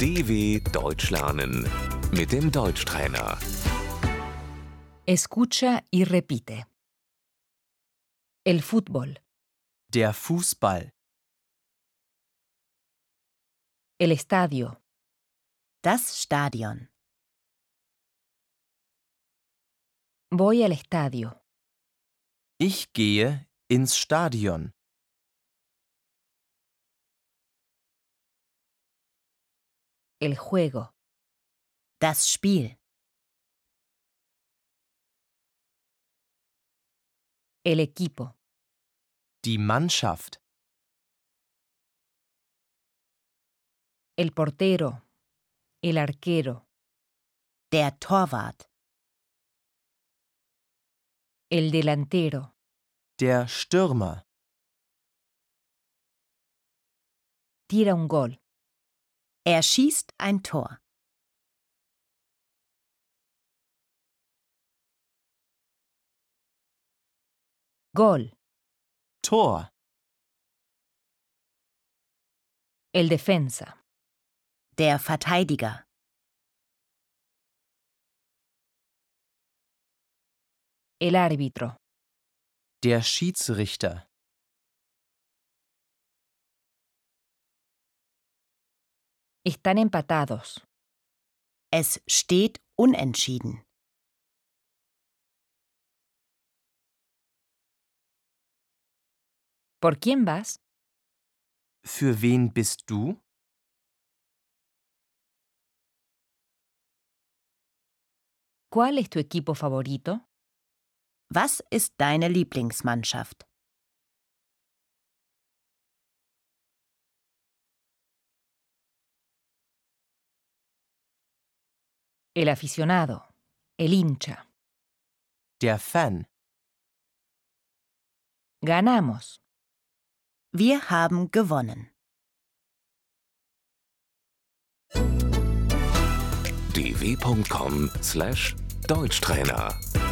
DW Deutsch lernen mit dem Deutschtrainer. Escucha y repite. El fútbol, Der Fußball, el estadio, Das Stadion. voy al estadio, ich gehe ins Stadion, el juego, Das Spiel. el equipo, die Mannschaft, el portero, el arquero, Der Torwart. el delantero, der Stürmer, tira un gol, um Er schießt ein Tor. gol, Tor, el defensa, Der Verteidiger. el árbitro, der Schiedsrichter, están empatados, Es steht unentschieden. ¿por quién vas? Für wen bist du? ¿Cuál es tu equipo favorito? Was ist deine Lieblingsmannschaft? El aficionado, el hincha. Der Fan, Ganamos. Wir haben gewonnen. dw.com/deutschtrainer